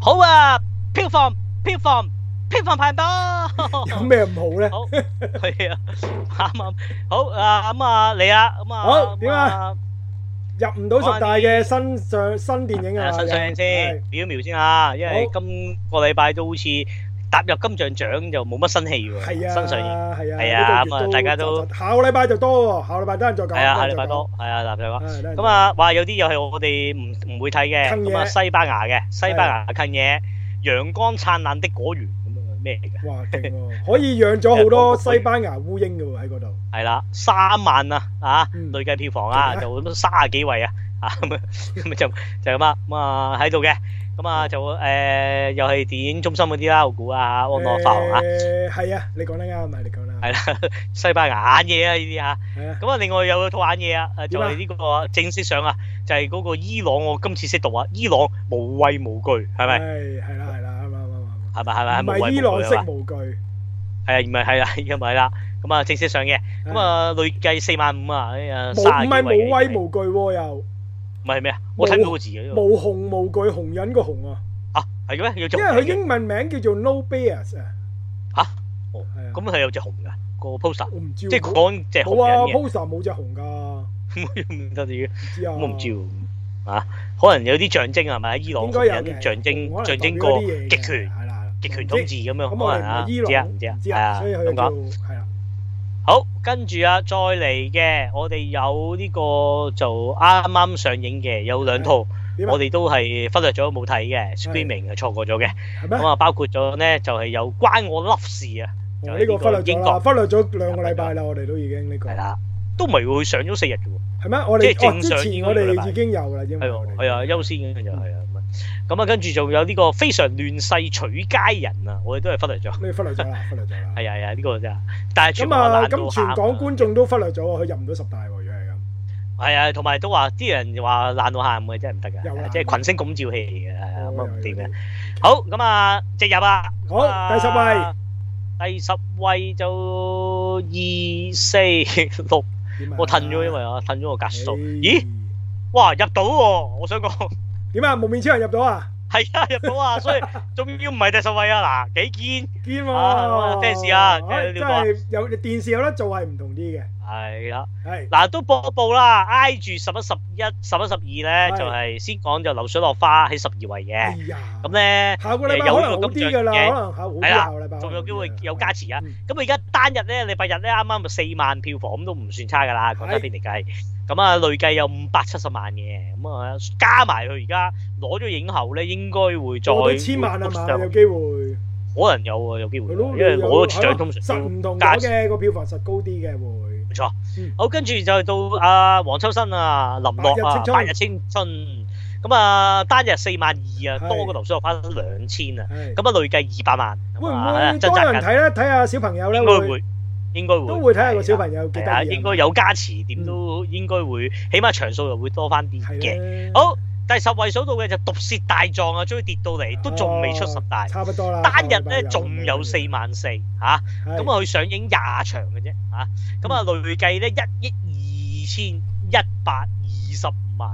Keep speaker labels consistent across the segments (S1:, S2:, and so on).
S1: 好啊，票房票房票房排行 榜。
S2: 有咩唔好咧？
S1: 好，係啊，啱啱好啊，咁啊嚟啊，咁啊，
S2: 好點啊
S1: 咁？
S2: 入唔到十大嘅新上新電影啊，
S1: 新上映
S2: 係
S1: 先，表描先啊，因為
S2: 好
S1: 今個禮拜都好似踏入金像獎就冇乜新戲喎，
S2: 係啊，
S1: 新上映
S2: 係啊，
S1: 係啊
S2: 呢個
S1: 咁啊
S2: 月
S1: 大家都
S2: 就就下個禮拜就多喎，下個禮拜得閒再講，
S1: 係啊，下禮
S2: 得閒再
S1: 拜
S2: 講
S1: 多，係啊，下禮拜多。
S2: 係得閒
S1: 咁
S2: 再
S1: 啊，話有啲又係我哋唔唔會睇嘅，
S2: 近嘢
S1: 咁啊西班牙嘅西班牙近嘢，陽光燦爛的果園咁樣咩嚟嘅？
S2: 講，哇勁喎，可以養咗 好多西班牙烏蠅嘅喎喺嗰度，
S1: 係啦，三萬啊，啊
S2: 嗯
S1: 累計票房啊，
S2: 勁啊
S1: 就咁三啊幾位啊，啊咁啊 咁啊就就咁啊，咁啊喺度嘅，咁啊就誒又係電影中心嗰啲啦，我估啊，安樂發行啊，
S2: 誒係啊，你講得啱啊，你講得
S1: 係
S2: 啱，
S1: 啦，西班牙眼嘢啊呢啲嚇。
S2: 係啊，
S1: 咁啊，另外有套眼嘢啊，誒就
S2: 點啊
S1: 係呢個正式上啊，就係嗰個伊朗，我今次識讀啊，伊朗無畏無懼係咪？
S2: 係係啦係啦，啱啱啱啱。
S1: 係咪係咪係
S2: 唔
S1: 無
S2: 係
S1: 畏
S2: 伊
S1: 無
S2: 朗
S1: 懼
S2: 式
S1: 係嘛？
S2: 無懼，
S1: 係啊，唔係係啦，因為係啦，咁啊正式上嘅，咁啊累計四萬五啊，誒
S2: 無唔
S1: 卅
S2: 係
S1: 幾位
S2: 無
S1: 嘅
S2: 畏無懼喎，又
S1: 唔係咩啊？我睇唔到個字嘅呢個
S2: 無紅無懼，紅人個紅啊，
S1: 啊，係嘅咩？有隻
S2: 因為
S1: 紅
S2: 佢
S1: 嘅
S2: 英文名叫做 No Bears 啊，
S1: 嚇，哦
S2: 係啊，
S1: 咁係有隻紅㗎個 poster，
S2: 我唔知喎，
S1: 即係講隻
S2: 冇
S1: 紅
S2: 啊
S1: 人嘅，
S2: ，poster 冇隻紅㗎。
S1: 唔得嘅，
S2: 知啊，
S1: 咁我唔知喎啊，可能有啲象徵係咪？伊朗
S2: 應該
S1: 紅
S2: 有
S1: 人
S2: 嘅
S1: 象徵象徵
S2: 過
S1: 過極權。
S2: 係啦，
S1: 極權統治咁樣，
S2: 咁我
S1: 可
S2: 哋
S1: 能
S2: 唔
S1: 啊，
S2: 係伊
S1: 唔知啊，
S2: 朗，
S1: 唔知啊，
S2: 唔知
S1: 係啊，
S2: 啊，所以佢
S1: 咁
S2: 就叫
S1: 講。
S2: 係啦，
S1: 好，跟住啊，再嚟嘅，我哋有呢個就啱啱上映嘅，有兩套，
S2: 點啊
S1: 我哋都係忽略咗冇睇嘅，Screaming 係錯過咗嘅。
S2: 係
S1: 咁
S2: 咩？
S1: 啊，包括咗呢，就係有關我 love 事啊，就
S2: 哦
S1: 係
S2: 呢個
S1: 呢
S2: 忽略
S1: 個
S2: 咗
S1: 英
S2: 啦，
S1: 國
S2: 忽略咗兩個禮拜啦，我哋都已經呢個
S1: 係啦，都唔係會上咗四日嘅喎。
S2: 係咩？我
S1: 即
S2: 哋
S1: 係正常
S2: 哦之前我
S1: 應該兩個禮拜
S2: 哋已經有啦，因為
S1: 係
S2: 我
S1: 喎，
S2: 哋
S1: 係啊，優先嘅就係啊，咁啊咁啊，跟住仲有呢個非常亂世取佳人啊，我哋都係忽略咗。
S2: 你忽略咗啦，忽略咗啦。
S1: 係啊係啊，呢個真係，但係全
S2: 咁
S1: 部
S2: 啊，
S1: 爛到
S2: 咁全
S1: 喊
S2: 港觀眾都忽略咗喎，佢入唔到十大喎，如果係咁。
S1: 係啊，同埋都話啲人話爛到喊嘅，真係唔得
S2: 有
S1: 㗎，
S2: 啊
S1: 即係群星拱照戲嚟嘅，係啊咁啊唔掂嘅
S2: 有。
S1: 好，咁啊，直入啊。
S2: 好
S1: 咁啊
S2: 第十位。
S1: 第十位就二四六，
S2: 點啊
S1: 我褪咗，因為我褪咗個格數。
S2: 唉
S1: 咦，哇，入到喎！我想講，
S2: 點啊？無面超人入到啊？
S1: 係啊，入到啊，所以 仲要唔係第十位啊，嗱，幾堅，
S2: 堅喎
S1: 啊我有 fans 啊
S2: 唉
S1: 真
S2: 真
S1: 係
S2: 係有電視有得做係唔同啲嘅，
S1: 係啦。
S2: 係
S1: 嗱，都報一報啦，挨住十一、十一、十一、十二咧，
S2: 係
S1: 就係先講就流水落花喺十二位嘅
S2: 哎，呀
S1: 咁咧。
S2: 下個禮拜可能好啲㗎啦，可能下好啲下個禮拜
S1: 仲有機會有加
S2: 加
S1: 持啊
S2: 嗯！
S1: 咁啊而家單日咧，禮拜日咧啱啱咪四萬票房，咁都唔算差㗎啦，講真邊嚟計。咁啊，累計有五百七十萬嘅，咁啊加埋佢而家攞咗影后咧，應該會再
S2: 過到千萬啊嘛，有
S1: 上
S2: 機會。
S1: 可能有啊，有機會，
S2: 佢
S1: 因
S2: 都
S1: 為攞咗獎
S2: 有
S1: 通
S2: 實唔
S1: 常都
S2: 同
S1: 加
S2: 咗
S1: 持。
S2: 嘅個票房實高啲嘅會。
S1: 冇錯
S2: 嗯。
S1: 好，跟住就到阿黃秋生啊、林樂啊、
S2: 白
S1: 白
S2: 日
S1: 日青春。咁啊，單日四萬二啊，
S2: 係
S1: 多過流水落花兩千啊。
S2: 係
S1: 咁啊，累計二百萬。
S2: 會唔
S1: 係啊
S2: 會
S1: 掙
S2: 多
S1: 扎
S2: 人
S1: 緊
S2: 睇咧？睇下小朋友咧
S1: 應該會，應該會，
S2: 都會睇下個小朋友幾
S1: 係
S2: 得
S1: 啊係啊，
S2: 意啊。嗯
S1: 應該有加持，點都應該會，起碼場數又會多翻啲
S2: 係
S1: 嘅。
S2: 咧。
S1: 好，第十位數到嘅就毒舌大狀啊，終於跌到嚟，都仲未出十大
S2: 哦，差不多啦。
S1: 單日
S2: 下個禮
S1: 咧
S2: 拜
S1: 仲有四萬四嚇，咁啊
S2: 係嗯
S1: 佢上映廿場嘅啫嚇，咁啊累計咧一億二千一百二十五萬，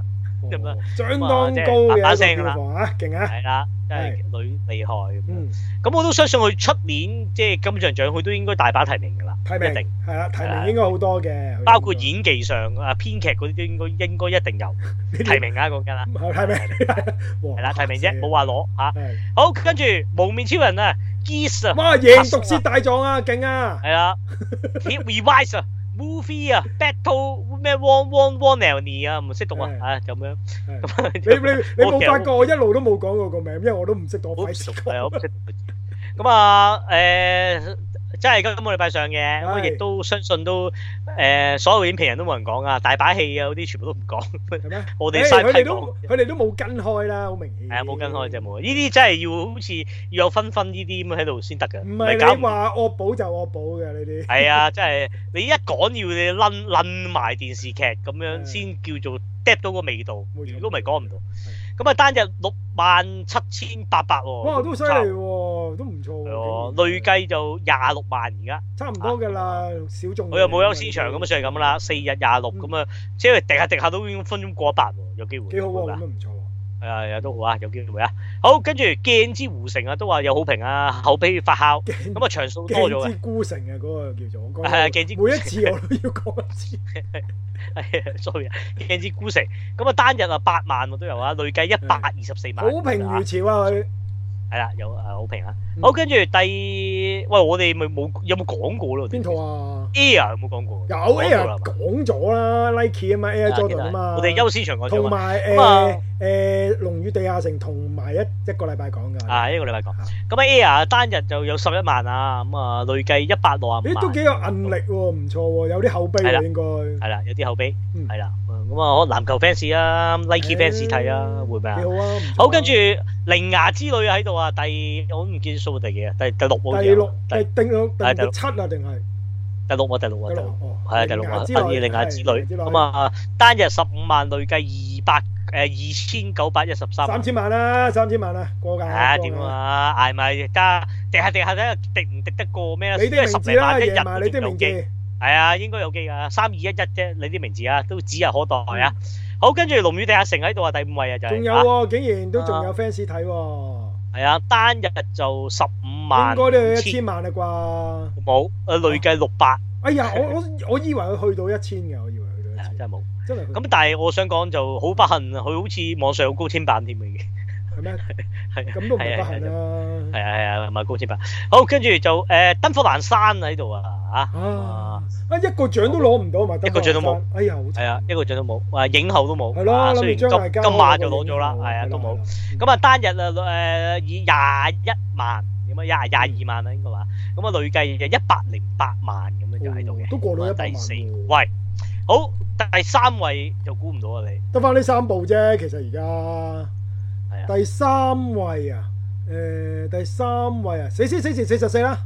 S1: 咁樣
S2: 哦相當
S1: 哇
S2: 高
S1: 即係
S2: 嘅
S1: 叭叭
S2: 一個
S1: 聲
S2: 票
S1: 啦
S2: 房啊，勁啊！
S1: 係啦，真係女厲害咁樣。
S2: 嗯，
S1: 咁我都相信佢出年即係金像獎，佢都應該大把提名㗎啦，
S2: 提
S1: 一定
S2: 名。係啦，提
S1: 係
S2: 名應該好多嘅，
S1: 包括演技上啊、編劇嗰啲都應該應該一定有 提名啊，講緊啦，
S2: 係咪？
S1: 係
S2: 係
S1: 啦提名啫，冇話攞嚇。
S2: 係。
S1: 好，跟住無面超人啊，Geese 啊，
S2: 哇！贏毒舌大狀啊，勁啊！
S1: 係啦，Hit Revise 啊，Movie 啊，Battle 咩 One One One Nelly 啊，唔識讀啊，
S2: 係
S1: 啊咁樣
S2: 係你
S1: 咁啊
S2: 你你冇發覺我一路都冇講過個名，因為我都唔識讀，
S1: 我
S2: 費
S1: 唔識
S2: 事
S1: 讀，係啊
S2: 講
S1: 我唔識讀。咁啊誒，真係今個禮拜上嘅，咁啊
S2: 係
S1: 亦都相信都誒所有影評人都冇人講啊，大把戲啊嗰啲全部都唔講，
S2: 係咩？
S1: 我哋
S2: 誒
S1: 嘥
S2: 佢
S1: 批
S2: 哋
S1: 講
S2: 都。佢哋都冇跟開啦，好明顯。
S1: 係啊，冇跟開啫冇。呢啲真係要好似要有紛紛呢啲咁喺度先得㗎，
S2: 唔
S1: 係
S2: 係你
S1: 搞掂。
S2: 話惡補就惡補嘅呢啲。
S1: 係啊，真係你一講要你攆攆埋電視劇咁樣
S2: 係
S1: 先叫做 d 到個味道，
S2: 冇錯
S1: 如果唔係講唔到。咁啊，單日六萬七千八百喎，
S2: 哇，都犀利
S1: 差唔多
S2: 喎，都唔錯
S1: 係喎
S2: 喎。竟然
S1: 累計就廿六萬而家，
S2: 差唔多㗎啦，小眾。
S1: 佢又冇優先場咁啊，所以咁
S2: 嗯
S1: 啦，四日廿六咁啊，即係滴下滴下都已經分鐘過一百喎，有機會。
S2: 幾好喎，咁都唔錯喎。
S1: 係啊係啊，都好啊，有機會啊。好，跟住鏡之湖城啊，都話有好評啊，後尾發酵，
S2: 鏡
S1: 咁啊場數多咗
S2: 鏡
S1: 嘅
S2: 之孤城啊，嗰個叫做我講
S1: 係啊鏡之孤
S2: 每
S1: 城
S2: 一次我都要講 一次，
S1: 係啊，sorry 啊，鏡之孤城，咁啊單日啊八萬喎都有啊，累計一百二十四
S2: 嗯好
S1: 萬，
S2: 評如潮啊佢。
S1: 係啦，有啊好評啊。
S2: 嗯
S1: 好，跟住第，喂，我哋咪冇有冇講過咯？
S2: 邊套啊？
S1: Air 有冇講過？
S2: 有
S1: 講過啦
S2: Air 講咗啦，Nike 啊嘛，Air
S1: 係啊記得
S2: Jordan 啊嘛，
S1: 我哋優先場講咗
S2: 同
S1: 嘛，
S2: 埋
S1: 咁啊
S2: 誒誒《龍與地下城》同埋一一個禮拜講㗎。
S1: 啊一個禮拜講。
S2: 啊
S1: 咁啊 Air 單日就有十一萬啊，咁啊累計一百六啊五
S2: 咦，都
S1: 萬
S2: 幾。有韌力喎，唔錯喎，有啲口碑
S1: 係啦
S2: 喎應該。
S1: 係啦，有啲口碑
S2: 嗯
S1: 係啦，咁啊，可能籃球 fans 啊，Nike
S2: 誒
S1: fans 睇啊，會唔會啊
S2: 幾？好啊！唔錯啊
S1: 好，跟住靈牙之旅喺度啊，第我唔記得數第幾啊，第第六好似啊
S2: 第六、
S1: 第
S2: 第定六、
S1: 係
S2: 第
S1: 第六
S2: 第七啊，定係
S1: 第六啊，第六啊，第
S2: 第六
S1: 六，
S2: 哦，
S1: 係啊，第六啊，
S2: 之
S1: 第
S2: 內
S1: 二靈牙之旅
S2: 係
S1: 咁啊，單日十五萬，累計二百誒二千九百一十三
S2: 三
S1: 萬。
S2: 千萬啦，三千萬啦，過㗎。
S1: 啊，
S2: 過㗎
S1: 點？啊，捱埋而家，滴下滴下睇下滴唔滴得過咩啊？
S2: 你
S1: 因為
S2: 啲
S1: 十
S2: 名字
S1: 零
S2: 啦，
S1: 萬一日
S2: 夜埋你啲
S1: 都仲有
S2: 名
S1: 機
S2: 字。
S1: 係啊，應該有機㗎，三二一一啫，你啲名字啊，都指日可待啊。好，跟住龍與地下城喺度啊，第五位啊就係、
S2: 嗯仲有
S1: 啊，
S2: 喎，竟然都仲有 fans 睇喎，
S1: 係啊，單日就十五萬
S2: 應該都有一
S1: 五千，
S2: 千哦萬啦啩。
S1: 冇，誒累計六百，
S2: 哎呀，我我我以為佢去到一千嘅，我以為去到一
S1: 啊真係
S2: 千，
S1: 冇。
S2: 真係去
S1: 咁但係我想講就好不幸，佢好似網上有高清版添啊已經。
S2: 係咩？
S1: 係啊
S2: 咁都唔
S1: 係
S2: 係不
S1: 啊係
S2: 行啦。
S1: 係啊係啊，咪高清版。好，跟住就誒、呃、燈火闌珊喺度啊，啊，
S2: À. 啊啊！一個獎都攞唔到，咪得
S1: 一個獎都冇。
S2: 哎呀，好慘
S1: 係啊，一個獎都冇，啊影后都冇，
S2: 係咯，
S1: 啊
S2: 諗
S1: 雖
S2: 住
S1: 然
S2: 張艾
S1: 今
S2: 嘉
S1: 今
S2: 嗰
S1: 晚
S2: 個
S1: 就攞咗啦，
S2: 影
S1: 係啊
S2: 后
S1: 都冇。。
S2: 係
S1: 咁
S2: 啦
S1: 啊單日啊誒以廿一萬咁啊廿廿二萬啦應該話，咁啊累計就一百零八萬咁樣就喺度嘅，
S2: 哦都過到
S1: 咁啊
S2: 100萬
S1: 第四
S2: 喎
S1: 位，好第三位就估唔到啊你，
S2: 得翻呢三部啫，其實而
S1: 係啊
S2: 家第三位啊，誒第三位啊，死死死死四十四啦，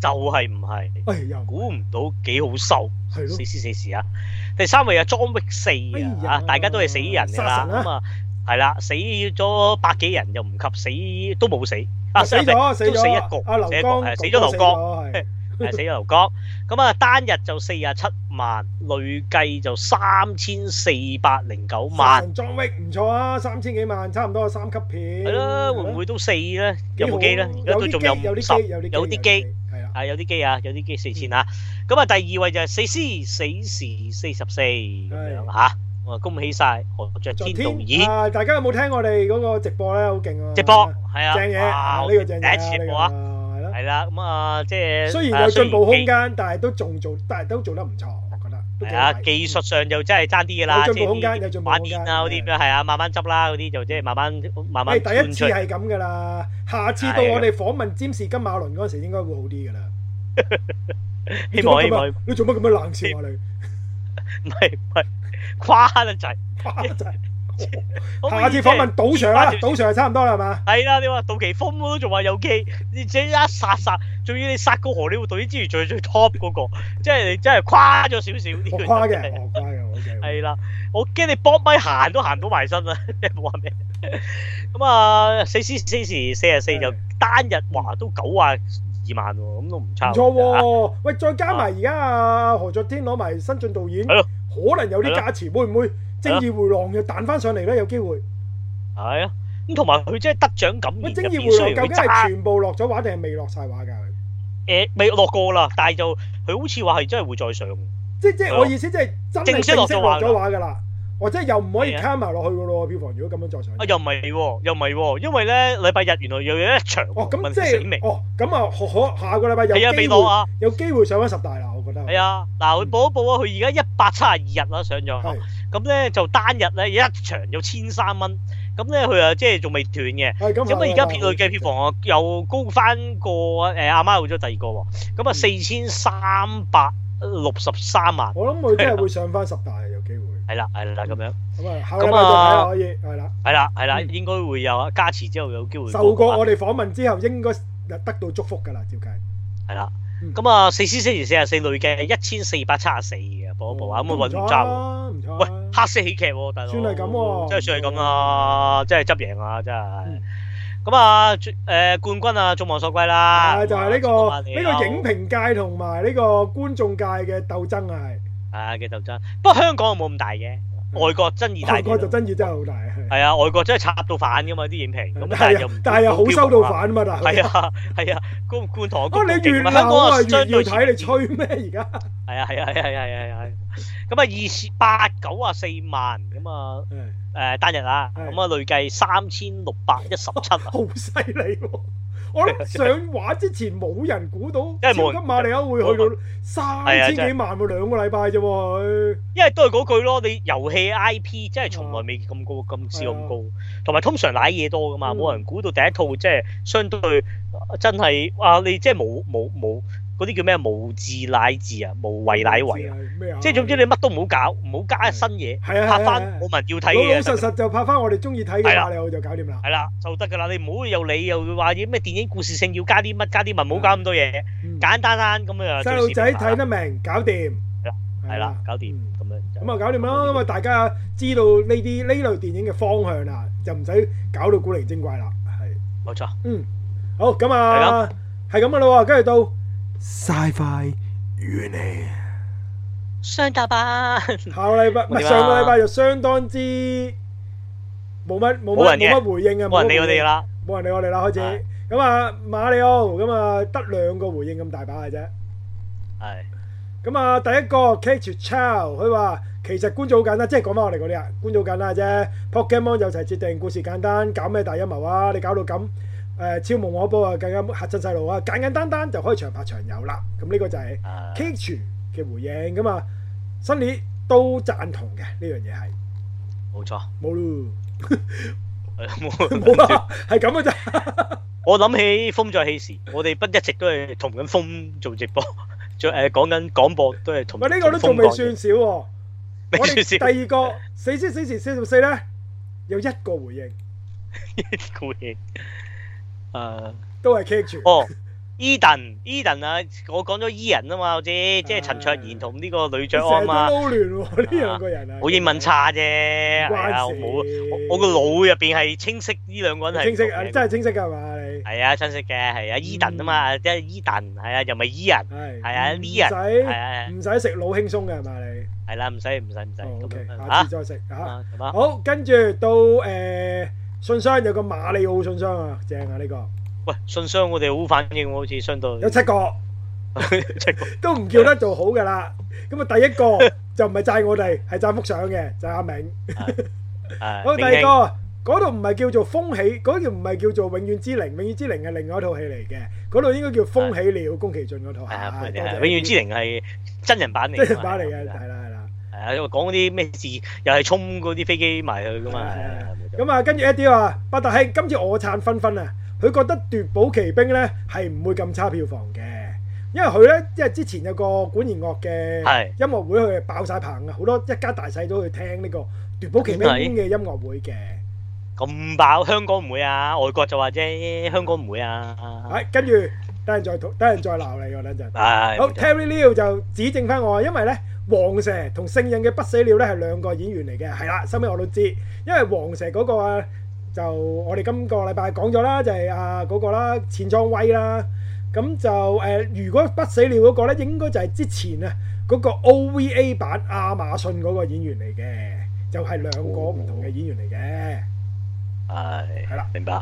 S1: 就係唔係
S2: 哎又
S1: 估唔到幾好收，
S2: 係咯
S1: 死，死死事啊！第三位啊裝逼四
S2: 哎
S1: 啊
S2: 呀，
S1: 大家都係死人㗎啦，
S2: 殺神啊
S1: 咁啊係啦，死咗百幾人又唔及死都冇死啊，
S2: 啊死咗死
S1: 都死一
S2: 咗
S1: 個，
S2: 阿劉
S1: 死一個
S2: 江
S1: 係死咗
S2: 哥哥
S1: 劉江。
S2: 咗係
S1: 係死咗劉江。咁啊，單日就四廿七萬，累計就三千四百零九萬。
S2: 神裝 Wick 唔錯啊，三千幾萬，差唔多三級片。
S1: 係啦，會唔會都四咧？有冇機咧？而家都仲有
S2: 啊有
S1: 五
S2: 啲
S1: 十
S2: 機，，有啲
S1: 有啲機。
S2: 係啦。
S1: 係有啲機啊，有啲機四千啊。咁啊，第二位就係死屍死時四十四咁樣嚇。咁啊，恭喜晒何卓
S2: 昨
S1: 天導
S2: 天
S1: 演
S2: 啊，大家有冇聽我哋嗰個直播咧？好勁啊！
S1: 直播，係啊，
S2: 正嘢，
S1: 哇
S2: 啊
S1: 我
S2: 呢個正嘢
S1: 第
S2: 啊，
S1: 一次直
S2: 呢個
S1: 播啊，
S2: 係啦。
S1: 係啦。咁啊，即係
S2: 雖
S1: 啊
S2: 然有進步空
S1: 雖然技
S2: 間，但係都仲做，但係都做得唔錯，我覺得都幾
S1: 係
S2: 好
S1: 啊，
S2: 睇
S1: 技術上就真係爭啲㗎啦，
S2: 有
S1: 即
S2: 進步空間
S1: 係
S2: 有進
S1: 啲
S2: 步
S1: 玩
S2: 空
S1: 煙
S2: 間
S1: 啊嗰啲咁樣係啊，慢慢執啦嗰啲就即係慢慢慢啊慢
S2: 誒第
S1: 搬
S2: 一
S1: 出
S2: 次啊
S1: 嚟。
S2: 係咁噶啦，下次到我哋訪問詹士金馬倫嗰陣時，應該會好啲噶
S1: 希望希
S2: 啦。你做乜咁啊
S1: 望
S2: 樣你做乜咁樣冷笑 啊？
S1: 唔
S2: 你
S1: 係唔係誇得滯。
S2: 哇 真係
S1: 可唔可以
S2: 下次
S1: 即係
S2: 訪問賭場啦，
S1: 即係
S2: 賭場係差唔多 啦，係嘛？
S1: 係啦，你話杜琪峰都仲話有機，你自己一殺殺，仲要你殺過荷里活導演之餘，仲要最 top 嗰個，即係你真係誇咗少少呢
S2: 我
S1: 樣
S2: 誇
S1: 真係
S2: 嘅，我誇 嘅，我嘅。
S1: 係啦，我驚你搏咪行都行唔到埋 身啦，即係冇話咩。咁啊，四四四時四十四就單日哇都九啊二萬喎，咁都唔
S2: 唔
S1: 差。
S2: 錯喎，喂，再加埋而家啊何卓天攞埋新晉導演，
S1: 係咯
S2: 可能有啲價錢，會唔會正義回廊又彈翻上嚟咧？有機會。
S1: 係啊，咁同埋佢真係得獎感
S2: 喂，
S1: 言
S2: 正
S1: 入
S2: 義
S1: 邊，雖
S2: 回
S1: 然
S2: 廊
S1: 佢
S2: 究竟係
S1: 揸
S2: 全部落咗畫定係未落晒畫㗎？佢
S1: 誒未落過啦，但係就佢好似話係真係會再上。
S2: 即即
S1: 係
S2: 我意思即係真係
S1: 正
S2: 正
S1: 式
S2: 式
S1: 落
S2: 落
S1: 咗畫
S2: 咗
S1: 㗎
S2: 畫㗎啦，我即係又唔可以
S1: 係啊
S2: 加埋落去㗎咯喎，票房如果咁樣再上
S1: 啊，。又唔係喎，又唔係喎，因為咧禮拜日原來又有一場問
S2: 哦，咁即
S1: 死未
S2: 係，哦，咁啊，可可下個禮拜有
S1: 係啊，
S2: 機
S1: 未攞
S2: 會
S1: 啊，
S2: 有機會上翻十大啦，我覺得。
S1: 係啊，嗱，佢報一報啊，佢而家一百七十二日啦上咗
S2: 係，，
S1: 咁咧就單日咧一場有千三蚊，咁咧佢啊即係仲未斷嘅。
S2: 係咁下
S1: 咁啊，
S2: 個禮拜。
S1: 而家票累計票房啊又高翻過誒阿媽去咗第二個喎，咁啊
S2: 嗯
S1: 四千三百六十三萬，
S2: 我諗佢真係會上翻十大嘅，有機會。
S1: 係啦係啦咁樣，
S2: 咁啊，下個
S1: 咁
S2: 禮拜再睇
S1: 啊
S2: 下可以，係啦。
S1: 係啦係啦，
S2: 嗯
S1: 應該會有啊，加持之後有機會
S2: 受過
S1: 啊
S2: 我哋訪問之後，應該得到祝福㗎啦，照計。
S1: 係啦，
S2: 嗯
S1: 咁啊四千四十四十四累計一千四百七十四嘅，報一報啊，咁啊
S2: 唔
S1: 穩
S2: 錯
S1: 揸喎。
S2: 啊，唔錯
S1: 喂
S2: 啊。，
S1: 黑色喜劇喎，大佬，
S2: 嗯算係咁喎
S1: 真係算係咁啦，真係執贏啊，真係
S2: 嗯。
S1: 咁啊，最誒冠軍啊，眾望所歸啦。
S2: 啊，就係呢
S1: 咁啊
S2: 個呢個影評界同埋呢個觀眾界嘅鬥爭啊，係。
S1: 係嘅鬥爭。不過香港又冇咁大嘅，外國爭議大
S2: 外
S1: 啲
S2: 國就
S1: 咯。
S2: 爭議真係好大，係。
S1: 係啊，外國真係插到反噶嘛啲影評，咁但係又唔
S2: 但係又好收到反嘛，但係。
S1: 係啊係啊，觀觀塘
S2: 啊！
S1: 觀
S2: 你
S1: 塘
S2: 越
S1: 勁啊
S2: 鬧
S1: 香港
S2: 啊，
S1: 啊
S2: 越
S1: 相
S2: 要
S1: 對
S2: 睇你
S1: 前
S2: 吹咩而家？
S1: 係啊係啊係啊係啊係啊係啊，咁啊二千八九啊四萬咁啊
S2: 係
S1: 誒單日啊，
S2: 係
S1: 咁啊累計三千六百一十七啊，
S2: 好犀利喎！我諗上畫之前冇人估到
S1: 真係
S2: 超
S1: 冇
S2: 級
S1: 人
S2: 馬里奧會去到三
S1: 係啊
S2: 千幾萬喎，兩個禮拜啫喎，
S1: 因為都係嗰句咯，你遊戲 I P 真係從
S2: 嗯
S1: 來未咁高，咁試過咁高，同埋通常舐嘢多噶嘛，
S2: 啊嗯
S1: 冇人估到第一套即係相對呃真係啊，你即係冇冇冇嗰啲叫咩無字乃字啊，無為乃為啊，
S2: 係咩啊？
S1: 即係總之你乜都唔好搞，唔好加新嘢，
S2: 係
S1: 拍
S2: 啊，係啊
S1: 翻
S2: 係啊
S1: 冇人要睇
S2: 老
S1: 嘅
S2: 老
S1: 嘢就
S2: 實
S1: 得㗎。
S2: 實就拍翻我哋中意睇嘅
S1: 係啦
S2: 馬里奧就搞掂啦。
S1: 係啦，就得㗎啦！你唔好又理又話啲咩電影故事性要加啲乜加啲乜，唔好搞咁多嘢，
S2: 嗯
S1: 簡單單咁樣就
S2: 細路仔睇
S1: 啦，
S2: 得明，搞掂。
S1: 係啦，搞掂
S2: 嗯
S1: 咁樣就。
S2: 咁啊，搞掂啦！
S1: 咁
S2: 咁
S1: 啊
S2: 啊，大家知道呢啲呢類電影嘅方向啦，就唔使搞到古靈精怪啦。係，
S1: 冇錯。
S2: 嗯，好咁啊，係咁噶啦喎，跟住到 Sci-Fi 與你。
S1: 雙打版。
S2: 下個禮拜唔係
S1: 點啊
S2: 上個禮拜就相當之冇乜冇
S1: 冇
S2: 乜
S1: 人嘅
S2: 冇乜回應啊！
S1: 冇人理我哋
S2: 啦，
S1: 啦，
S2: 冇人理我哋啦，
S1: 係
S2: 開始咁啊，馬里奧咁啊，得兩個回應咁大把嘅啫。
S1: 係
S2: 咁啊，第一個 Catch Chow，佢話其實觀眾好簡單，即係講翻我哋嗰啲啊，觀眾好簡單嘅啫。Pokemon 有齊設定，故事簡單，搞咩大陰謀啊？你搞到咁誒、超夢可波啊，更加嚇親細路啊！簡簡單單就開場拍場遊啦。咁呢個就係
S1: 啊
S2: Catch 嘅回應咁啊，新年都贊同嘅呢樣嘢係。
S1: 冇錯。
S2: 冇咯，
S1: 係冇
S2: 冇啊，係咁嘅咋，
S1: 我諗起風再起時，我哋不一直都係同緊風做直播， 做誒講緊廣播都係同。
S2: 喂，呢個都仲未算
S1: 同風講嘢，
S2: 少喎。我
S1: 未
S2: 哋
S1: 算少。
S2: 第二個死屍死時四十四咧，有一個回應，
S1: 故嘢。誒，
S2: 都係 keep 住。
S1: 哦，Eden，Eden 啊，我講咗伊人啊嘛，我知，即係陳卓賢同呢個女
S2: 成
S1: 爵安
S2: 日都
S1: 嘛。
S2: 撈亂喎，呢兩個人啊。
S1: 我英文差啫，係啊，
S2: 關
S1: 我
S2: 事
S1: 冇，我我個腦入邊係清晰呢兩個人係
S2: 清
S1: 唔
S2: 晰
S1: 同
S2: 啊，
S1: 嘅
S2: 真係清嗯晰㗎係嘛你？
S1: 係啊，親戚嘅係啊，伊頓啊嘛，即係伊頓係啊，又咪伊人
S2: 係
S1: 係啊呢人係
S2: 人
S1: 啊
S2: 唔使唔使食腦輕鬆嘅係嘛你？
S1: 係啦，唔使唔使唔使
S2: 哦
S1: 咁
S2: ，OK，
S1: 樣
S2: 下
S1: 嚇
S2: 次再食嚇。
S1: 啊咁啊，
S2: 好，跟住到誒信箱有個馬里奧信箱啊，正啊呢個，
S1: 喂，信箱我哋好反應喎，好似相對
S2: 有七個。
S1: 七 個
S2: 都唔叫得做好噶啦。咁啊，第一個就唔係讚我哋，係讚幅相嘅，就係阿明。好，
S1: 係
S2: 第
S1: 明
S2: 二
S1: 明
S2: 個嗰度唔係叫做風起，嗰條唔係叫做永遠之靈，永遠之靈係另外一套戲嚟嘅，嗰度應該叫風起了，宮崎駿嗰套。
S1: 係啊，
S2: 係
S1: 歡迎
S2: 多
S1: 你係
S2: 謝
S1: 永遠之靈係真人版嚟㗎嘛，
S2: 即係版嚟嘅，
S1: 係啊
S2: 係啦係啦。
S1: 係啊，因為講嗰啲咩事又係衝嗰啲飛機埋去㗎嘛，係啊係啊冇錯
S2: 咁啊，跟住 Eddie 話：八達兄，今次我撐分分啊！佢覺得奪寶奇兵咧係唔會咁差票房嘅，因為佢咧，因為之前有個管弦樂嘅
S1: 係
S2: 音樂會，佢係爆晒棚啊！好多一家大細都去聽呢個奪寶奇兵
S1: 係
S2: 嘅音樂會嘅。
S1: 咁爆香港唔會啊，外國就話啫，香港唔會啊，
S2: 係，跟住等陣再討等陣再鬧你喎，等陣。
S1: 係
S2: 好
S1: 冇錯
S2: ，Terry Liu 就指正翻我啊，因為咧黃蛇同聖印嘅不死鳥咧係兩個演員嚟嘅，係啦，收尾我都知，因為黃蛇嗰個啊就我哋今個禮拜講咗啦，就係啊嗰個啦，錢莊威啦，咁就誒、呃如果不死鳥嗰個咧，應該就係之前啊嗰、個 OVA 版亞馬遜嗰個演員嚟嘅，就係、兩個唔同嘅演員嚟嘅。
S1: 係
S2: 係啦
S1: 明白。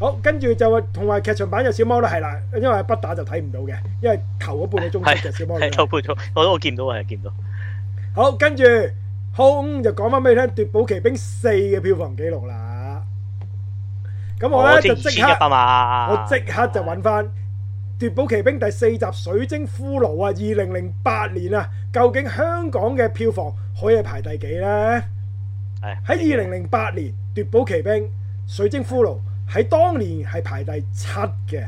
S2: 好，跟住就話同埋劇場版有小魔女係啦，因為不打就睇唔到嘅，因為頭嗰半個鐘
S1: 係
S2: 就 小魔女啦。
S1: 係透半咗，我我見唔到啊，見唔到。
S2: 好，跟住空就講翻俾你聽《奪寶奇兵四》嘅票房記錄啦。咁我咧
S1: 我
S2: 就
S1: 千
S2: 即
S1: 千一百
S2: 刻，
S1: 萬，啊
S2: 我即刻就揾翻《奪寶奇兵》第四集《水晶骷髏》啊，二零零八年啊，究竟香港嘅票房可以排第幾呢？
S1: 係
S2: 喺二零零八年，《奪寶奇兵》《水晶骷髏》喺當年係排第七嘅，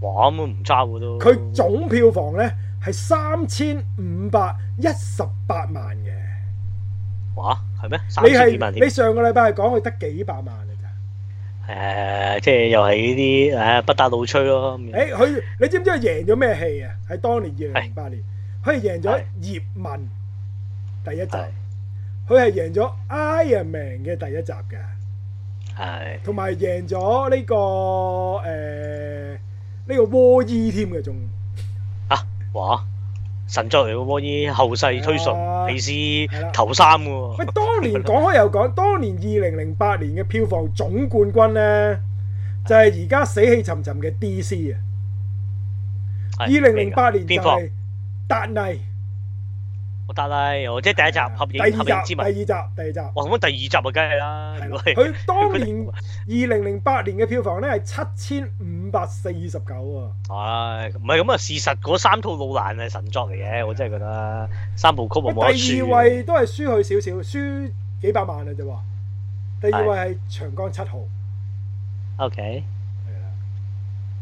S1: 哇咁唔差喎都。
S2: 佢總票房呢係三千五百一十八萬嘅。
S1: 哇係咩？三
S2: 你
S1: 千幾萬
S2: 係
S1: 添
S2: 你。上個禮拜係講佢得幾百萬嘅咋？
S1: 誒，呃即係又係呢啲誒不打老吹咯咁樣。
S2: 誒，佢你知唔知佢贏咗咩戲啊？喺當年二零零八年，佢係贏咗
S1: 係
S2: 葉問第一集，
S1: 係
S2: 佢係贏咗 Iron Man 嘅第一集嘅，
S1: 係
S2: 同埋贏咗呢個誒呢個 War E 添嘅仲
S1: 啊！哇神作嚟嘅喎，依後世推崇
S2: 係啊
S1: 皮
S2: 係啦
S1: 斯頭三嘅喎。
S2: 喂，當年講開 又講，當年二零零八年嘅票房總冠軍呢，就係而家死氣沉沉嘅 DC 啊！
S1: 係
S2: 二零零八年就
S1: 邊個？
S2: 係達尼
S1: 我得啦，我即係第一集合
S2: 啊第
S1: 影合
S2: 二
S1: 影之
S2: 集，第
S1: 吻
S2: 二。集，第二集。
S1: 哇！咁第二集啊，梗係啦。如
S2: 係啦
S1: 果係
S2: 佢當
S1: 佢
S2: 年二零零八年嘅票房呢係七千五百四十九啊喎，
S1: 唉，唔係咁啊！事實嗰三套老蘭係神作嚟嘅，我真係覺得三部曲我冇得
S2: 啊喂第二
S1: 輸。
S2: 位都係輸佢少少，輸幾百萬啊啫喎。第二
S1: 係
S2: 位係長江七號，
S1: O K，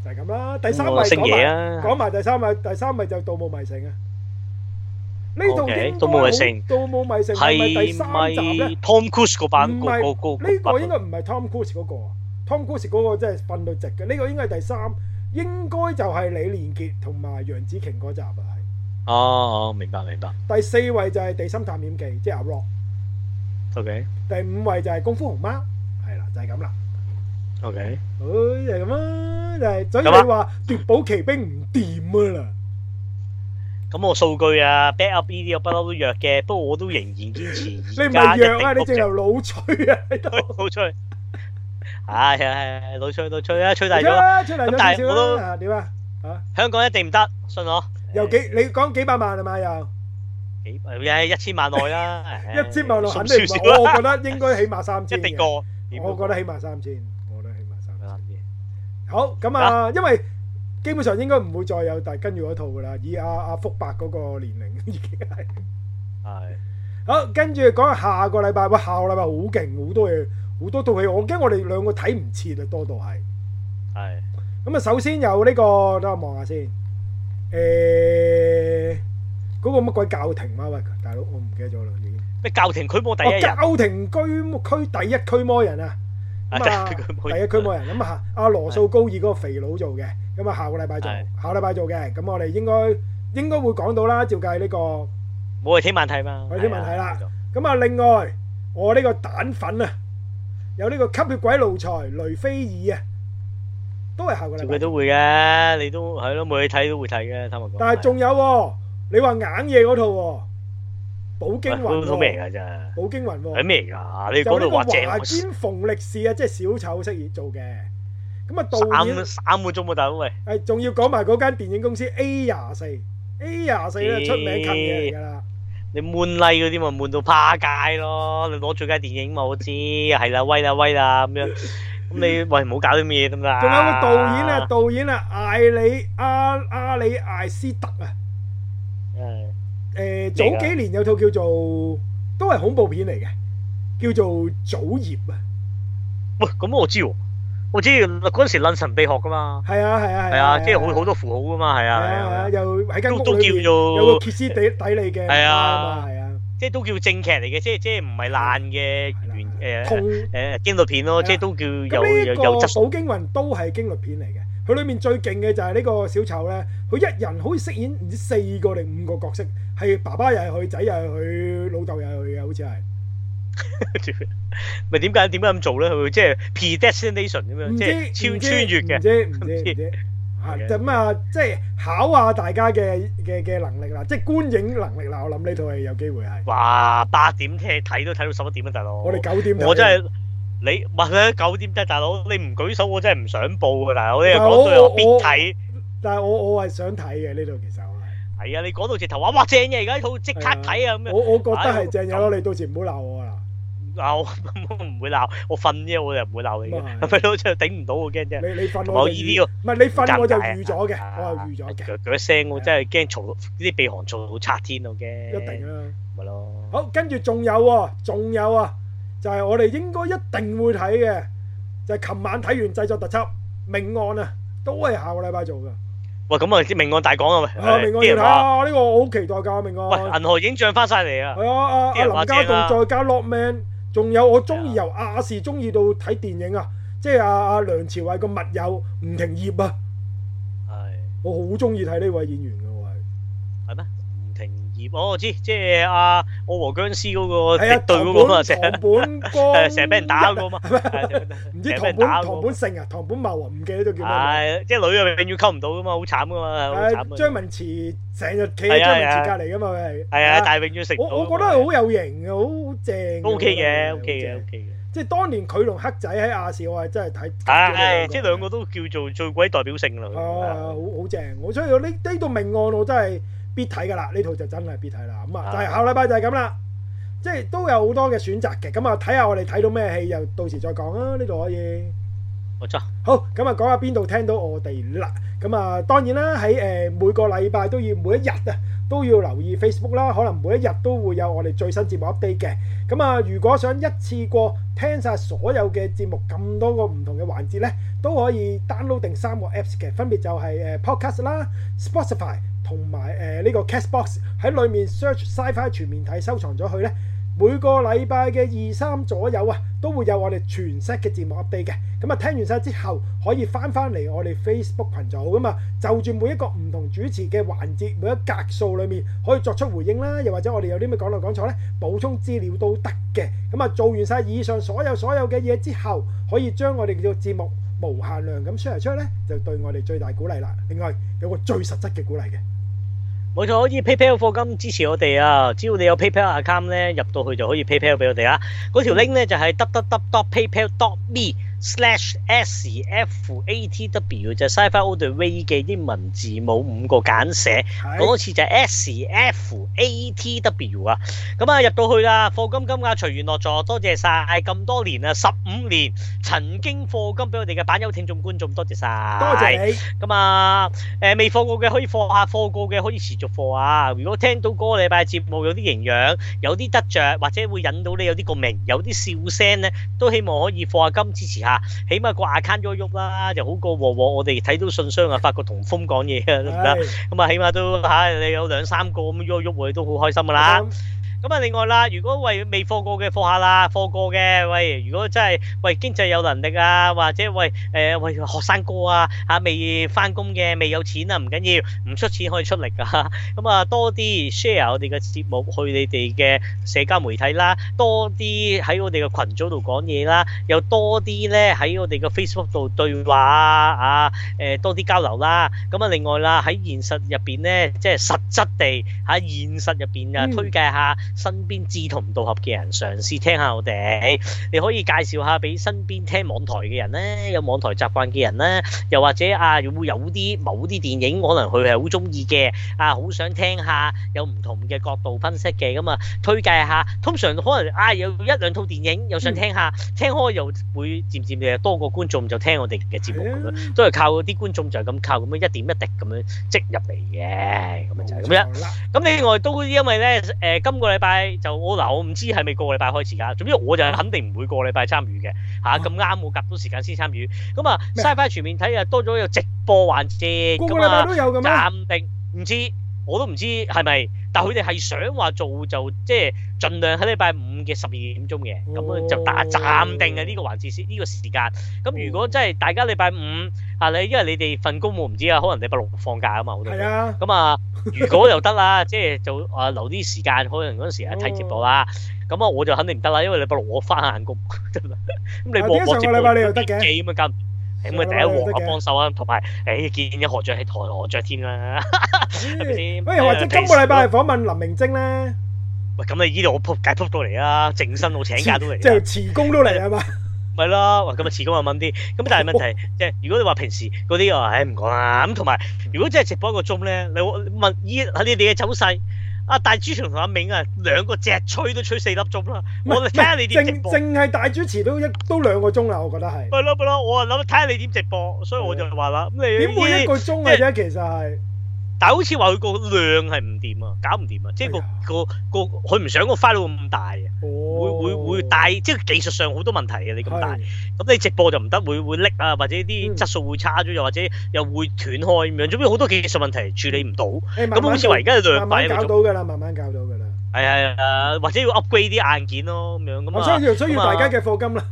S2: 係啦，就係咁啦。第三
S1: 咁
S2: 位
S1: 我星
S2: 講
S1: 爺
S2: 埋
S1: 啊，
S2: 講埋第三位，第三位就《盜墓迷城》啊。呢套
S1: OK，
S2: 應該
S1: 盜墓迷城
S2: 好盜墓迷城係咪第
S1: 係
S2: 三集咧？
S1: 咪 Tom Cruise 嗰版
S2: 唔
S1: 嗰
S2: 係
S1: 嗰嗰
S2: 呢
S1: 嗰
S2: 個
S1: 版本
S2: 應該唔係 Tom Cruise 嗰個啊，Tom Cruise 嗰個真係瞓到直嘅。呢個應該係第三，應該就係李連杰同埋楊紫瓊嗰集啊，係。
S1: 哦，哦明白明白。
S2: 第四位就係《地心探險記》，即係阿 Rock。
S1: O K
S2: 第五位就係《功夫熊貓》，係啦，就係咁啦。
S1: O K，
S2: 唉，就係咁啦，就係所以
S1: 咁啊
S2: 你話奪寶奇兵唔掂啊啦。
S1: 咁我數據啊 back up 呢啲我不嬲都弱嘅，不過我都仍然堅持
S2: 你
S1: 而
S2: 唔
S1: 家
S2: 係
S1: 一定
S2: 弱啊，你
S1: 谷
S2: 淨
S1: 嘅
S2: 係老吹啊 喺度。
S1: 好吹。唉係係老吹老吹啊，吹大
S2: 出
S1: 咗 啦！
S2: 啦，出嚟
S1: 咁
S2: 咗
S1: 但係
S2: 少
S1: 我都
S2: 少啦。啊點啊？
S1: 香港一定唔得，信我。
S2: 又幾？你講幾百萬係嘛？又
S1: 幾誒一千萬內 啦，
S2: 一千萬落
S1: 唉
S2: 肯定唔
S1: 少少
S2: 係，
S1: 啦
S2: 我覺得應該起碼三千
S1: 一定
S2: 嘅。
S1: 過。
S2: 我覺得啊起碼三千，我覺得起碼三
S1: 起
S2: 千。好咁啊，因為基本上應該唔會再有大跟住嗰套噶啦，以阿阿福伯嗰個年齡 已經係
S1: 係
S2: 好。跟住講下下個禮拜，喂，下個禮拜好勁，好多嘢，好多套戲，我驚我哋兩個睇唔切啊，多到係。
S1: 係
S2: 咁啊，首先有呢、個，等我望下先。誒、嗰、個乜鬼教廷啊？喂，大佬，我唔記得咗啦，已經。
S1: 咩教廷驅魔第一
S2: 哦，
S1: 日
S2: 教廷區區第一驅魔人啊！
S1: 啊
S2: 咁啊，
S1: 第一驅魔
S2: 第一驅魔人咁啊，阿羅素高爾嗰個肥佬做嘅，咁啊下個禮拜做，
S1: 係
S2: 下個禮拜做嘅，咁我哋應該應該會講到啦，照計呢個。
S1: 冇係天晚睇嘛，
S2: 我哋聽晚睇啦
S1: 係啊。
S2: 咁啊，另外我呢個蛋粉啊，有呢個吸血鬼奴才雷菲爾啊，都係下個
S1: 照
S2: 禮
S1: 佢
S2: 拜。
S1: 都會嘅，你都係咯，每去睇都會睇嘅，坦白講。
S2: 但係仲有喎，你話硬嘢嗰套喎，寶京
S1: 喂
S2: 雲
S1: 都都咩啊
S2: 喎，
S1: 嚟㗎啫？
S2: 寶京雲喎
S1: 係。咩嚟㗎？你
S2: 就
S1: 講
S2: 呢
S1: 到
S2: 個
S1: 話
S2: 華
S1: 正
S2: 堅
S1: 喎，
S2: 馮力士啊，即係小丑飾演做嘅。咁啊，導演
S1: 三三個鐘啊，大佬喂，
S2: 誒，仲要講埋嗰間電影公司 A 廿四，A 廿四咧出名近嘢嚟㗎啦。
S1: 你悶拉嗰啲咪悶到趴街咯，你攞最佳電影嘛，我知係啦，威啦威啦咁 樣。咁你喂唔好搞啲咩嘢得唔得啊？
S2: 仲有個導演啊，導演啊，艾里阿阿里艾斯特啊，
S1: 係咩
S2: 誒
S1: 㗎
S2: 早幾年有套叫做都係恐怖片嚟嘅，叫做《祖業》啊，
S1: 喂，咁我知喎，我知嗰陣時論神秘學噶嘛，
S2: 係啊係啊
S1: 係
S2: 係
S1: 啊，即係好好
S2: 多
S1: 多符號噶嘛，係
S2: 係
S1: 啊，
S2: 啊
S1: 係
S2: 係啊，
S1: 啊，
S2: 又喺間
S1: 都
S2: 屋
S1: 都
S2: 裏
S1: 叫
S2: 邊有
S1: 做
S2: 個，歇斯底底里嘅
S1: 係啊
S2: 媽媽係啊
S1: 即係都叫正劇嚟嘅，即係即係唔係爛嘅
S2: 係啦，
S1: 原
S2: 痛。
S1: 誒誒驚慄片
S2: 係
S1: 咯，
S2: 啦
S1: 即係都叫
S2: 咁
S1: 有
S2: 呢
S1: 有
S2: 一個
S1: 有質素
S2: 《寶京雲》都係驚慄片嚟嘅，佢裏面最勁嘅就係呢個小丑咧，佢一人好似飾演唔知四個定五個角色，係爸爸又係佢，仔又係佢，老豆又係佢嘅，好似係。
S1: 咪點解點解咁做咧？佢即係 predestination 咁
S2: 唔
S1: 樣，
S2: 知
S1: 即係超
S2: 唔知
S1: 穿越嘅
S2: 唔。知唔 知唔知。啊，
S1: Okay
S2: 咁啊，即係考下大家嘅嘅嘅能力啦，即係觀影能力啦。我諗呢套戲有機會係，
S1: 哇！八點睇睇都睇到十一點啊，大佬。
S2: 我哋九點睇。
S1: 我真係你唔係九點啫，大佬你唔舉手我真係唔想報㗎，大佬你又
S2: 但係
S1: 講到
S2: 我
S1: 我必
S2: 我
S1: 睇。
S2: 但係我我係想睇嘅呢套其實我係。
S1: 係啊，你講到直頭話哇正嘅，而家呢套即刻睇啊咁樣。
S2: 我我覺得係正嘢咯，你到時唔好鬧我啦。
S1: 鬧 我唔會鬧，我瞓啫，我又唔會鬧你嘅。
S2: 咁啊係
S1: 係咪佬真係頂唔到，我驚啫。
S2: 你你瞓
S1: 同埋
S2: 我
S1: 我
S2: 就
S1: 依啲
S2: 預唔係你瞓我就預咗
S1: 尷尬
S2: 嘅，
S1: 啊
S2: 我係預咗嘅，
S1: 腳腳聲，我真係驚嘈到啲鼻鼾嘈到拆天，我驚。
S2: 一定啦。
S1: 咪咯。
S2: 好，跟住仲有喎，仲有啊，就係我哋應該一定會睇嘅，就係琴晚睇完製作特輯《命案》啊，都係下個禮拜做㗎。
S1: 喂，咁啊，啲命案大講啊喂。
S2: 啊，命
S1: 啲
S2: 案要
S1: 人
S2: 睇
S1: 話
S2: 啊，呢個我好期待㗎，命
S1: 喂，
S2: 案。
S1: 銀河影像翻晒嚟啊！
S2: 係啊，阿
S1: 啲
S2: 阿
S1: 人話
S2: 林家
S1: 正啊
S2: 棟再加 Lockman，仲有我中
S1: 係
S2: 意
S1: 啊
S2: 由亞視中意到睇電影啊，即係阿阿梁朝偉個密友吳庭業啊，
S1: 係
S2: 我好中意睇呢位演員㗎，我係。
S1: 係咩？吳庭業，哦我知，即係阿我和僵屍嗰個
S2: 係啊，
S1: 敵對嗰個嘛，成
S2: 堂本
S1: 係
S2: 光
S1: 成日俾人打嗰 個嘛，
S2: 唔
S1: 唔
S2: 知
S1: 俾
S2: 堂
S1: 人
S2: 本
S1: 打
S2: 堂
S1: 嗰
S2: 本
S1: 個。
S2: 勝啊，堂本茂啊，唔記得咗叫咩名。
S1: 係，即係女啊，永遠溝唔到噶嘛，好慘噶嘛，好
S2: 誒
S1: 慘啊。
S2: 張文慈成日企
S1: 係
S2: 喺
S1: 啊
S2: 張文慈
S1: 係
S2: 隔
S1: 啊
S2: 離噶嘛，佢係
S1: 係啊，但係永遠食唔
S2: 我
S1: 到
S2: 我覺得係好有型嘅，好好正嘅。
S1: O K 嘅
S2: 我
S1: ，O
S2: 覺
S1: K
S2: 得係
S1: 嘅
S2: 好
S1: ，O
S2: 正
S1: K 嘅。
S2: 即係當年佢同黑仔喺亞視，我係真係睇。
S1: 唉，即係兩個
S2: 個
S1: 都叫做最鬼代表性啦。佢
S2: 係啊，好好正。我所以呢呢套命案我真係必睇㗎啦，呢套就真係必睇啦。咁啊，
S1: 啊
S2: 但係下禮拜就係咁啦，即係都有好多嘅選擇嘅。咁啊，睇下我哋睇到咩戲，又到時再講啊。呢度可以。
S1: 我真
S2: 好，咁啊講下邊度聽到我哋啦。咁啊當然啦，喺誒、呃每個禮拜都要每一日啊都要留意 Facebook 啦，可能每一日都會有我哋最新節目 update 嘅。咁啊，如果想一次過聽晒所有嘅節目咁多個唔同嘅環節呢，都可以 download 定三個 apps 嘅，分別就係、誒、Podcast 啦、Spotify 同埋誒呢個 Castbox 喺裡面 search Sci-Fi 全面睇收藏咗佢呢。每個禮拜嘅二三左右啊，都會有我哋全 set 嘅節目 update 嘅。咁啊，聽完晒之後，可以翻翻嚟我哋 Facebook 群組咁啊，就住每一個唔同主持嘅環節，每一格數裏面可以作出回應啦，又或者我哋有啲咩講漏講錯呢，補充資料都得嘅。咁啊，做完晒以上所有所有嘅嘢之後，可以將我哋嘅節目無限量咁 share 出去呢，就對我哋最大鼓勵啦。另外有個最實質嘅鼓勵嘅。
S1: 冇錯，可以 PayPal 課金支持我哋啊！只要你有 PayPal account 咧，入到去就可以 PayPal 俾我哋啦。嗰條 link 咧就係 www.paypal.me slash E sfatw 就係 Sci-Fi All The Way 嘅英文字母五個簡寫。
S2: 係
S1: 嗰次就係 S E F A T W 啊，咁啊入到去啦，課金金額隨緣落座，多謝晒咁多年啊，十五年曾經課金俾我哋嘅版友聽眾觀眾，多謝晒，
S2: 多謝你，
S1: 咁啊，誒未課過嘅可以課下，課過嘅可以持續課啊。如果聽到嗰個禮拜節目有啲營養，有啲得着，或者會引到你有啲共鳴，有啲笑聲咧，都希望可以課下金支持下，起碼個 account 喐一喐啦，就好過和和我哋睇到信箱啊，發個同風講嘢啊，得唔得？
S2: 係
S1: 咁啊，起碼都嚇、你有兩三個咁喐一喐，我哋都好開心噶啦。咁啊，另外啦，如果喂未課過嘅課下啦，課過嘅喂，如果真係喂經濟有能力啊，或者喂誒、呃喂學生哥啊嚇未翻工嘅，未有錢啊，唔緊要，唔出錢可以出力噶。咁啊，多啲 share 我哋嘅節目去你哋嘅社交媒體啦，多啲喺我哋嘅群組度講嘢啦，又多啲咧喺我哋嘅 Facebook 度對話啊，啊誒多啲交流啦。咁啊，另外啦，喺現實入邊咧，即係實質地喺現實入邊啊，
S2: 嗯
S1: 推介下身邊志同道合嘅人，嘗試聽下我哋。你可以介紹下俾身邊聽網台嘅人咧，有網台習慣嘅人咧，又或者啊，會有啲某啲電影可能佢係好中意嘅，啊，好想聽下有唔同嘅角度分析嘅，咁啊推介下。通常可能啊有一兩套電影又想聽下，
S2: 嗯
S1: 聽開又會漸漸地多個觀眾就聽我哋嘅節目咁樣。
S2: 係啊
S1: 都係靠啲觀眾就係咁靠咁樣一點一滴咁樣積入嚟嘅，咁樣就係咁樣。
S2: 冇錯啦
S1: 咁另外都因為咧，誒、今個禮拜就我嗱，我唔知係咪個禮拜開始㗎。總之我就肯定唔會個禮拜參與嘅嚇，咁啱我夾到時間先參與。咁啊
S2: 啊咩
S1: ，Sci-Fi 全面睇啊，多咗有直播環節
S2: 個個
S1: 咁
S2: 禮拜
S1: 啊，
S2: 都有嘅咩？
S1: 暫定唔知我都唔知係咪，但佢哋係想話做就即係盡量喺禮拜五嘅十二點鐘嘅，咁樣就打
S2: 哦
S1: 暫定嘅呢個環節先呢個時間。咁如果真係大家禮拜五啊，你因為你哋份工我唔知啊，可能禮拜六放假啊嘛，好多人
S2: 係啊，
S1: 咁啊，如果又得啦， 即係就啊留啲時間，可能嗰陣時係睇直播
S2: 哦
S1: 啦。咁啊，我就肯定唔得啦，因為禮拜六我翻晏工， 咁你
S2: 啊
S1: 播
S2: 點解
S1: 播直
S2: 上
S1: 播
S2: 個禮拜你又得嘅
S1: 幾咁啊咁。咁啊，第
S2: 上個禮拜
S1: 一
S2: 又得
S1: 黃
S2: 嘅
S1: 啊幫手啊，同埋誒見咗何爵喺台何爵天啦，係咪先？
S2: 喂，或者今個禮拜係訪問林明晶咧，
S1: 喂，咁你呢度我撲解撲到嚟啊，淨身我請假都嚟啊，
S2: 即係辭工都嚟係嘛？
S1: 咪啦，哇咁啊遲工啊問啲，咁但係問 題即係如果你話平時嗰啲啊，唉唔講啦，咁同埋
S2: 嗯
S1: 如果真係直播一個鐘咧，你問依你哋嘅走勢，阿大豬同阿銘啊兩個隻吹都吹四粒鐘啦，
S2: 唔係
S1: 我哋睇下你點直
S2: 淨
S1: 播，
S2: 淨係大主持都一都兩個鐘啦，我覺得係。
S1: 咪咯咪咯，我啊諗睇下你點直播，所以我就話啦，咁你
S2: 啊點會一個鐘嘅啫？其實係
S1: 但係好似話佢個量係唔掂啊，搞唔掂啊，即係個
S2: 哎呀
S1: 個個佢唔想個 file 咁大啊，會會
S2: 哦
S1: 會大，即係技術上好多問題啊，你咁大。咁你直播就唔得，會會 lag 啊，或者啲
S2: 嗯
S1: 質素會差咗，又或者又會斷開咁樣。總之好多技術問題處理唔到，咁
S2: 咁
S1: 好似話而家兩百
S2: 慢慢
S1: 一個
S2: 搞
S1: 鐘，
S2: 到㗎啦，慢慢搞到㗎啦。
S1: 係係啊，或者要 upgrade 啲硬件咯咁樣咁
S2: 我需
S1: 啊。
S2: 要需
S1: 咁
S2: 要
S1: 啊
S2: 大家嘅課金啦。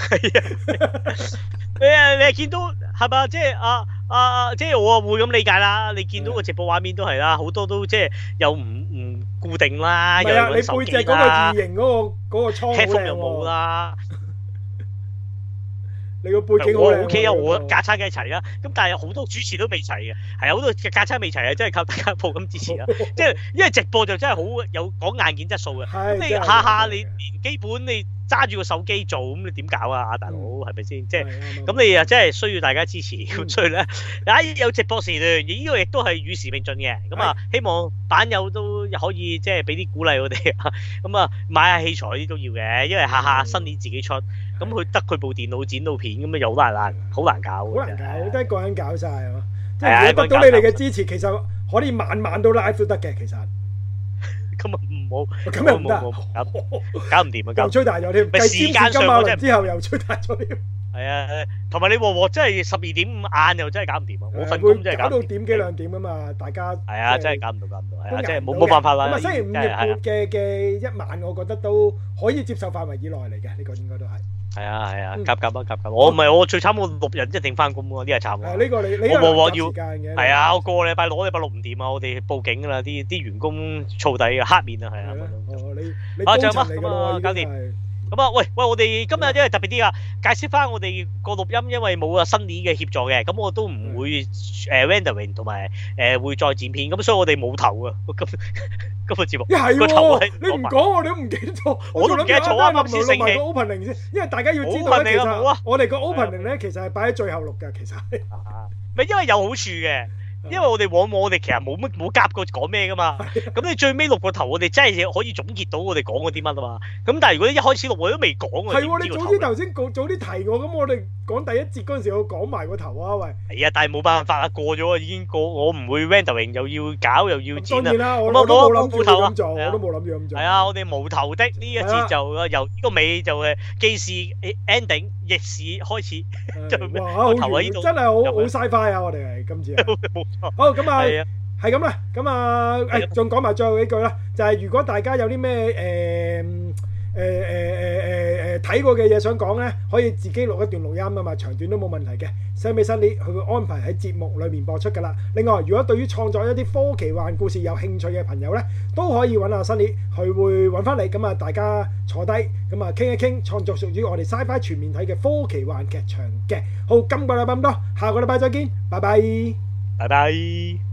S1: 你啊你係見到係嘛？即係啊
S2: 嗯
S1: 啊，即係我啊會咁理解啦。你見到個直播畫面都係啦，好多都即係又唔唔固定 啦，又
S2: 係啊，你
S1: 係揾手機
S2: 背脊嗰
S1: 啦
S2: 個異形嗰個嗰個倉好
S1: h e a d p h o
S2: 靚
S1: n e 又冇
S2: 喎，
S1: 啦。
S2: 你個背景好
S1: 我
S2: 靚喎。
S1: O K 啊，我
S2: 嗰個
S1: 架撐梗係齊啦。咁但係好多主持都未齊嘅，係啊，好多架撐未齊啊，真係靠大家鋪咁支 持啦。啊即係因為直播就真係好有講硬件質素嘅。
S2: 係
S1: 咁你
S2: 真係
S1: 下下
S2: 真係
S1: 你連基本你揸住個手機做，咁你點搞啊，大佬係咪先？即係。
S2: 係啱啱
S1: 咁你啊，真係需要大家支持，咁
S2: 嗯
S1: 所以咧，啊有直播時段，呢個亦都係與時並進嘅。咁啊，希望版友都可以即係俾啲鼓勵我哋啊。 咁啊，買下器材呢都要嘅，因為下
S2: 嗯
S1: 下新年自己出，咁佢得佢部電腦剪到片，咁啊又好難難，好難搞
S2: 嗯好
S1: 嘅。
S2: 難搞，得一個人搞晒係嘛？即
S1: 係啊
S2: 係如果得到你
S1: 一個
S2: 哋
S1: 人
S2: 嘅
S1: 搞
S2: 支持，其實可以晚晚都 live 都得嘅，其實
S1: 咁啊唔好，
S2: 咁又唔得啊
S1: 冇冇冇搞，搞唔掂啊，搞
S2: 又
S1: 唔掂。
S2: 吹大咗添。
S1: 咪
S2: 計
S1: 時
S2: 尖
S1: 間
S2: 子金
S1: 上
S2: 馬
S1: 我真
S2: 倫
S1: 係
S2: 之後又吹大咗添，
S1: 係啊，同埋你鑊鑊真係十二點晏又真係搞唔掂啊！我份
S2: 會
S1: 工真係
S2: 搞
S1: 搞
S2: 到
S1: 唔掂。
S2: 點幾兩點噶嘛，大家
S1: 係啊，真係
S2: 係
S1: 搞唔到，搞唔到，係
S2: 都
S1: 啊，
S2: 捱
S1: 真係冇
S2: 唔
S1: 冇
S2: 到
S1: 辦法
S2: 嘅
S1: 啦。
S2: 咁啊，星期五
S1: 真
S2: 日
S1: 係係啊
S2: 半嘅嘅一晚，我覺得都可以接受範圍以內嚟嘅，呢個應該都係。
S1: 係啊係啊，
S2: 嗯
S1: 夾夾啊夾夾，我唔係我最慘，我六日一定翻工喎，呢係慘
S2: 誒
S1: 喎。
S2: 呢啊個你你
S1: 我
S2: 有
S1: 往往
S2: 夾
S1: 要
S2: 時間嘅
S1: 係啊，我個禮拜攞禮拜六唔掂啊，我哋報警㗎啦，啲啲員工燥底啊，黑面啊，係
S2: 係
S1: 啊
S2: 啦。
S1: 咁樣
S2: 哦你
S1: 啊
S2: 你高
S1: 就咁啊
S2: 層嚟㗎咯，
S1: 咁啊搞
S2: 已經係
S1: 咁啊，喂喂，我哋今
S2: 嗯
S1: 日因為特別啲啊，介紹翻我哋個錄音，因為冇啊新年嘅協助嘅，咁我都唔會
S2: 嗯
S1: 誒 rendering 同埋誒會再剪片，咁所以我哋冇頭啊， 今今個節目
S2: 一係
S1: 個頭
S2: 喎
S1: 係，
S2: 你唔講我哋都唔記得咗，
S1: 我都唔記得咗啊
S2: 仲諗
S1: 啱
S2: 住
S1: 先
S2: 錄埋
S1: 醒
S2: 個 opening 先，因為大家要知道咧，其
S1: opening 啊冇啊
S2: 實我哋個 opening 咧其實係擺喺最後錄㗎，其實係
S1: 啊，咪因為有好處
S2: 啊
S1: 嘅。因為我哋往往我哋其實冇乜冇夾過講咩噶嘛，咁你最尾錄個頭，我哋真係可以總結到我哋講嗰啲乜啊嘛。咁但係如果一開始錄我哋都未講啊，
S2: 係
S1: 點
S2: 喎，
S1: 知
S2: 你
S1: 個
S2: 早
S1: 頭
S2: 啲頭先講早啲提我，咁我哋講第一節嗰陣時，我講埋個頭啊，喂，
S1: 係啊，但係冇辦法啊，過咗啊，已經過，我唔會 rendering 又要搞又要
S2: 當
S1: 剪啊
S2: 然。啦，我
S1: 咁啊
S2: 我都
S1: 冇
S2: 冇諗住會
S1: 冇頭啊
S2: 咁做，
S1: 係啊
S2: 我都冇諗住咁做，
S1: 係啊，，我哋無頭的呢一
S2: 係
S1: 節
S2: 啊
S1: 就由呢個尾就呃誒記事 ending 逆市開始，
S2: 哇，好
S1: 頭喺
S2: 遠，
S1: 呢度
S2: 真係好好
S1: 入去
S2: 嘥快啊，我哋係今次係。
S1: 冇錯。
S2: 好，咁啊。
S1: 係啊，
S2: 係咁啦，咁啊，誒，仲講埋最後幾句啦，就係如果大家有啲咩誒誒誒誒誒睇過嘅嘢想講咧，可以自己錄一段錄音啊嘛，長短都冇問題嘅。西美新列佢會安排喺節目裏面播出㗎啦。另外，如果對於創作一啲科奇幻故事有興趣嘅朋友咧，都可以揾阿新列，佢會揾翻你，咁啊，大家坐低，咁啊，傾一傾創作屬於我哋 Sci-Fi 全面睇嘅科奇幻劇場嘅。好，今個禮拜咁多，下個禮拜再見，拜拜。
S1: 拜拜。